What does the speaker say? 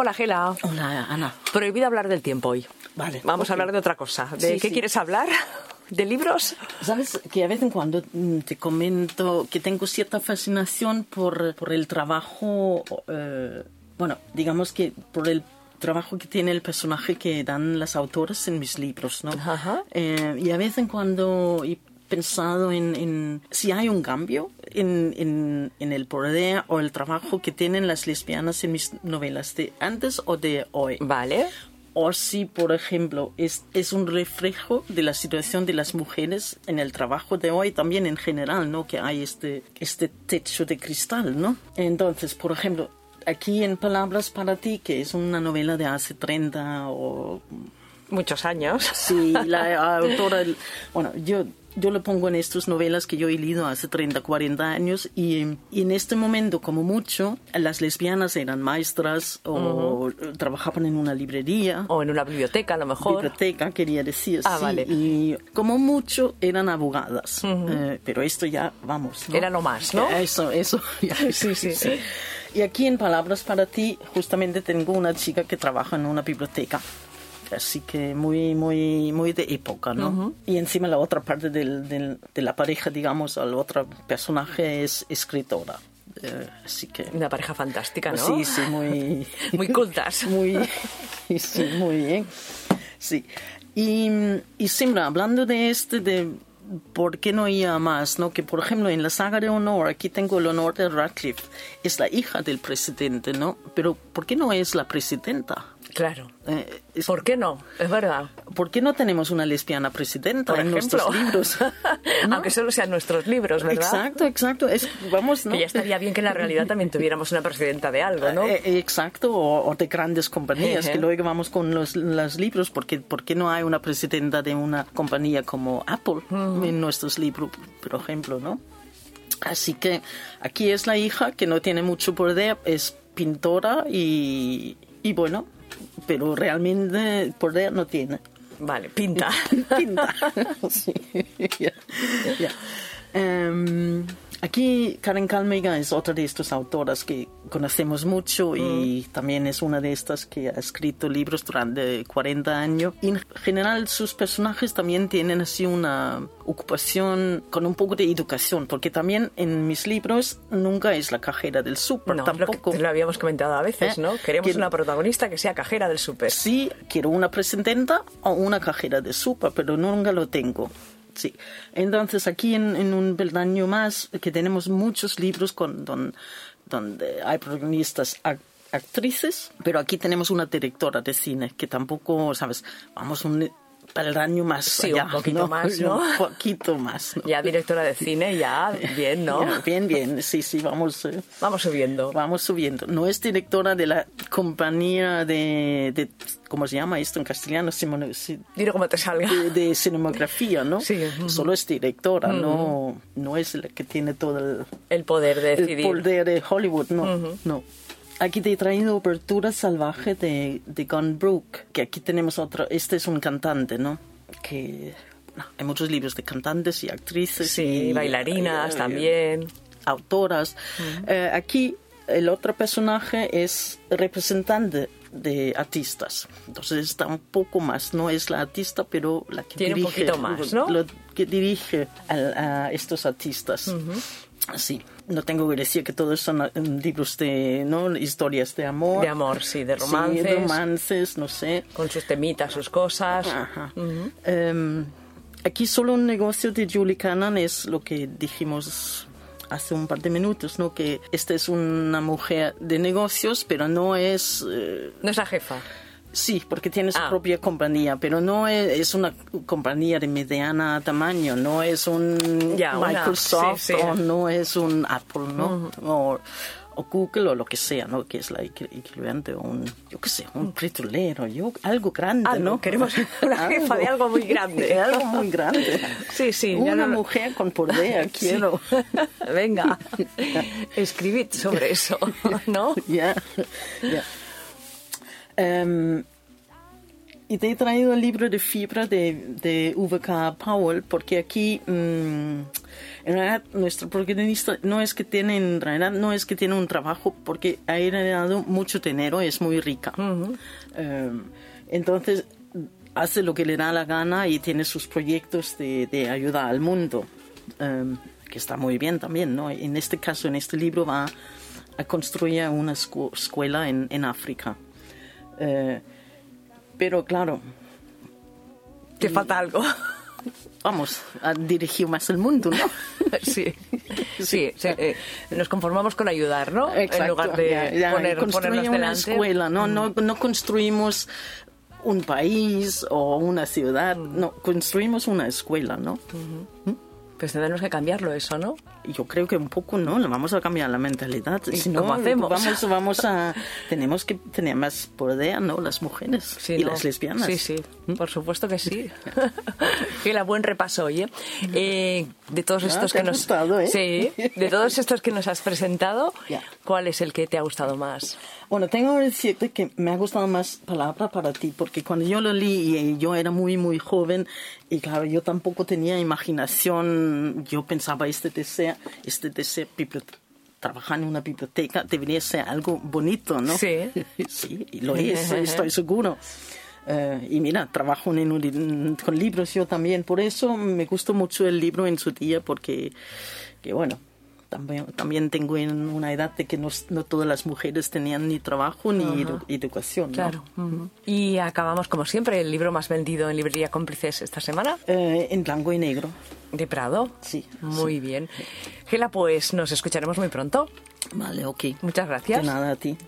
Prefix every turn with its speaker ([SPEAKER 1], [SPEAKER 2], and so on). [SPEAKER 1] Hola, Gela.
[SPEAKER 2] Hola, Ana.
[SPEAKER 1] Prohibido hablar del tiempo hoy.
[SPEAKER 2] Vale.
[SPEAKER 1] Vamos
[SPEAKER 2] Ok.
[SPEAKER 1] a hablar de otra cosa. ¿De
[SPEAKER 2] Sí,
[SPEAKER 1] qué
[SPEAKER 2] sí.
[SPEAKER 1] quieres hablar? ¿De libros?
[SPEAKER 2] Sabes que a vez en cuando mm, te comento que tengo cierta fascinación por, por el trabajo, eh, bueno, digamos que por el trabajo que tiene el personaje que dan las autoras en mis libros, ¿no?
[SPEAKER 1] Ajá.
[SPEAKER 2] Eh, y a vez en cuando he pensado en, en si hay un cambio en, en, en el poder o el trabajo que tienen las lesbianas en mis novelas, de antes o de hoy.
[SPEAKER 1] Vale.
[SPEAKER 2] O si, por ejemplo, es, es un reflejo de la situación de las mujeres en el trabajo de hoy, también en general, ¿no? Que hay este, este techo de cristal, ¿no? Entonces, por ejemplo, aquí en Palabras para ti, que es una novela de hace 30 o
[SPEAKER 1] Muchos años.
[SPEAKER 2] Sí, la autora. Bueno, yo, yo lo pongo en estas novelas que yo he leído hace 30, 40 años y, y en este momento, como mucho, las lesbianas eran maestras o trabajaban en una librería.
[SPEAKER 1] O en una biblioteca, a lo mejor.
[SPEAKER 2] Biblioteca, quería decir.
[SPEAKER 1] Ah,
[SPEAKER 2] sí,
[SPEAKER 1] vale.
[SPEAKER 2] Y como mucho eran abogadas. Eh, pero esto ya, vamos. ¿no?
[SPEAKER 1] Era lo más, ¿no?
[SPEAKER 2] Eso, eso.
[SPEAKER 1] Sí, sí.
[SPEAKER 2] Y aquí en Palabras para ti, justamente tengo una chica que trabaja en una biblioteca. Así que muy, muy, muy de época, ¿no? Y encima la otra parte del- del- de la pareja, digamos, al otro personaje es escritora. Eh, así que... pues
[SPEAKER 1] Una pareja fantástica, ¿no?
[SPEAKER 2] Sí, sí, muy...
[SPEAKER 1] Muy cultas.
[SPEAKER 2] Muy, sí, muy bien. Sí. Y, y siempre hablando de este, de por qué no iba más, ¿no? Que por ejemplo en la saga de honor, aquí tengo el honor de Radcliffe, es la hija del presidente, ¿no? Pero ¿por qué no es la presidenta?
[SPEAKER 1] Claro.
[SPEAKER 2] Eh, es-
[SPEAKER 1] ¿Por qué no? Es verdad.
[SPEAKER 2] ¿Por qué no tenemos una lesbiana presidenta
[SPEAKER 1] Por
[SPEAKER 2] en
[SPEAKER 1] ejemplo.
[SPEAKER 2] nuestros libros? ¿No?
[SPEAKER 1] Aunque solo sean nuestros libros, ¿verdad?
[SPEAKER 2] Exacto, exacto. Es, vamos, ¿no?
[SPEAKER 1] Que ya estaría bien que en la realidad también tuviéramos una presidenta de algo, ¿no?
[SPEAKER 2] Eh, eh, Exacto, o, o de grandes compañías,
[SPEAKER 1] Ejé.
[SPEAKER 2] que luego vamos con los, los libros, porque ¿por qué no hay una presidenta de una compañía como Apple en nuestros libros, por ejemplo, no? Así que aquí es la hija que no tiene mucho poder, es pintora y, y bueno, pero realmente poder no tiene.
[SPEAKER 1] Vale, pinta.
[SPEAKER 2] Pinta. Sí, ya, ya. Em, aquí Karen Calmega es otra de estas autoras que conocemos mucho y
[SPEAKER 1] Mm.
[SPEAKER 2] también es una de estas que ha escrito libros durante 40 años. Y en general sus personajes también tienen así una ocupación con un poco de educación, porque también en mis libros nunca es la cajera del súper,
[SPEAKER 1] No,
[SPEAKER 2] tampoco.
[SPEAKER 1] Lo, que- lo habíamos comentado a veces,
[SPEAKER 2] Eh,
[SPEAKER 1] ¿no? Queremos
[SPEAKER 2] que-
[SPEAKER 1] una protagonista que sea cajera del súper.
[SPEAKER 2] Sí, quiero una presidenta o una cajera de sopa, pero nunca lo tengo. Sí. Entonces, aquí en, en un peldaño más, que tenemos muchos libros con, don- donde hay protagonistas ac- actrices, pero aquí tenemos una directora de cine, que tampoco, ¿sabes? Vamos un peldaño más.
[SPEAKER 1] Sí, un
[SPEAKER 2] allá,
[SPEAKER 1] poquito más, ¿no?
[SPEAKER 2] Un poquito más, ¿no?
[SPEAKER 1] Ya directora de cine, ya, bien, ¿no?
[SPEAKER 2] Ya, Bien, bien, sí, sí, vamos. eh,
[SPEAKER 1] Vamos subiendo.
[SPEAKER 2] Vamos subiendo. No es directora de la compañía de, de- ¿cómo se llama esto en castellano? Simono- si-
[SPEAKER 1] Dile cómo te salga.
[SPEAKER 2] De, de cinematografía, ¿no?
[SPEAKER 1] Sí, ujú.
[SPEAKER 2] Solo es directora, no, no es la que tiene todo el,
[SPEAKER 1] El poder de
[SPEAKER 2] el
[SPEAKER 1] decidir.
[SPEAKER 2] poder de Hollywood, no, no. Aquí te he traído Obertura Salvaje de, de Gunbrook, que aquí tenemos otro, este es un cantante, ¿no? Que no, hay muchos libros de cantantes y actrices.
[SPEAKER 1] Sí,
[SPEAKER 2] y- eh,
[SPEAKER 1] bailarinas
[SPEAKER 2] y- y-
[SPEAKER 1] también.
[SPEAKER 2] autoras. Eh, aquí el otro personaje es representante de artistas. Entonces está un poco más, no es la artista, pero la que
[SPEAKER 1] Tiene un
[SPEAKER 2] dirige.
[SPEAKER 1] poquito más, ¿no?
[SPEAKER 2] lo que dirige al- a estos artistas. Sí, no tengo que decir que todos son eh, libros de, ¿no? Historias de amor.
[SPEAKER 1] De amor, sí, de
[SPEAKER 2] Sí,
[SPEAKER 1] romances.
[SPEAKER 2] romances, no sé.
[SPEAKER 1] Con sus temitas, sus cosas.
[SPEAKER 2] Ajá. Em, aquí solo un negocio de Julie Cannon es lo que dijimos hace un par de minutos, ¿no? Que esta es una mujer de negocios, pero no es... eh,
[SPEAKER 1] No es la jefa.
[SPEAKER 2] sí, porque tiene su
[SPEAKER 1] Ah.
[SPEAKER 2] propia compañía, pero no es, es una compañía de mediana tamaño, no es un
[SPEAKER 1] Ya, una-
[SPEAKER 2] Microsoft
[SPEAKER 1] sí, sí.
[SPEAKER 2] o no es un Apple, ¿no? o, o Google o lo que sea, ¿no? Que es la equi- equivalente a un, yo qué sé, un fritolero, yo, algo grande,
[SPEAKER 1] Algo,
[SPEAKER 2] ¿no?
[SPEAKER 1] queremos una jefa de algo muy grande.
[SPEAKER 2] De algo muy grande.
[SPEAKER 1] Sí, sí, ya
[SPEAKER 2] Una
[SPEAKER 1] no-
[SPEAKER 2] mujer con poder, quiero.
[SPEAKER 1] Sí. Venga, escribid sobre eso, ¿no?
[SPEAKER 2] Ya, ya. Em, Y te he traído el libro de fibra de, de VK Powell, porque aquí, mm, en realidad, nuestro protagonista no es que tiene, en realidad, no es que tiene un trabajo, porque ha heredado mucho dinero, es muy rica. Em, entonces, hace lo que le da la gana y tiene sus proyectos de, de ayuda al mundo, em, que está muy bien también, ¿no? En este caso, en este libro, va a construir una escu- escuela en, en África. Eh, pero claro,
[SPEAKER 1] Te falta algo.
[SPEAKER 2] vamos, a dirigir más el mundo, ¿no?
[SPEAKER 1] sí. Sí, sí, eh, nos conformamos con ayudar, ¿no? en lugar de
[SPEAKER 2] ya, ya,
[SPEAKER 1] poner,
[SPEAKER 2] construir
[SPEAKER 1] ponernos
[SPEAKER 2] una
[SPEAKER 1] delante. Mm.
[SPEAKER 2] escuela, ¿no? ¿no? No construimos un país o una ciudad,
[SPEAKER 1] Mm.
[SPEAKER 2] no, construimos una escuela, ¿no?
[SPEAKER 1] Pues tendremos que cambiarlo eso, ¿no?
[SPEAKER 2] Yo creo que un poco, ¿no? Le vamos a cambiar la mentalidad. Si no,
[SPEAKER 1] cómo hacemos?
[SPEAKER 2] Vamos, vamos a... Tenemos que tener más poder, ¿no? Las mujeres
[SPEAKER 1] Sí,
[SPEAKER 2] y
[SPEAKER 1] ¿no?
[SPEAKER 2] las lesbianas. ¿Mm?
[SPEAKER 1] Sí, sí, por supuesto que sí. Qué la buen repaso, oye. Eh, de todos
[SPEAKER 2] Ah,
[SPEAKER 1] estos
[SPEAKER 2] te
[SPEAKER 1] que
[SPEAKER 2] ha
[SPEAKER 1] nos
[SPEAKER 2] gustado, ¿eh?
[SPEAKER 1] Sí, de todos estos que nos has presentado,
[SPEAKER 2] Ya.
[SPEAKER 1] ¿cuál es el que te ha gustado más?
[SPEAKER 2] Bueno, tengo que decirte que me ha gustado más palabra para ti, porque cuando yo lo leí y yo era muy, muy joven, y claro, yo tampoco tenía imaginación, yo pensaba, este deseo, este deseo, bibliote- trabajar en una biblioteca debería ser algo bonito, ¿no?
[SPEAKER 1] Sí.
[SPEAKER 2] sí, y lo es, estoy seguro. Eh, y mira, trabajo en un li- con libros yo también, por eso me gustó mucho el libro en su día, porque, que bueno, también, también tengo en una edad de que no, s- no todas las mujeres tenían ni trabajo ni edu- educación. ¿no?
[SPEAKER 1] Claro. ujú. Y acabamos, como siempre, el libro más vendido en librería cómplices esta semana,
[SPEAKER 2] Eh, en blanco y negro,
[SPEAKER 1] de Prado.
[SPEAKER 2] sí.
[SPEAKER 1] Muy bien. Gela, pues nos escucharemos muy pronto.
[SPEAKER 2] Vale, ok.
[SPEAKER 1] Muchas
[SPEAKER 2] De
[SPEAKER 1] gracias.
[SPEAKER 2] nada a ti.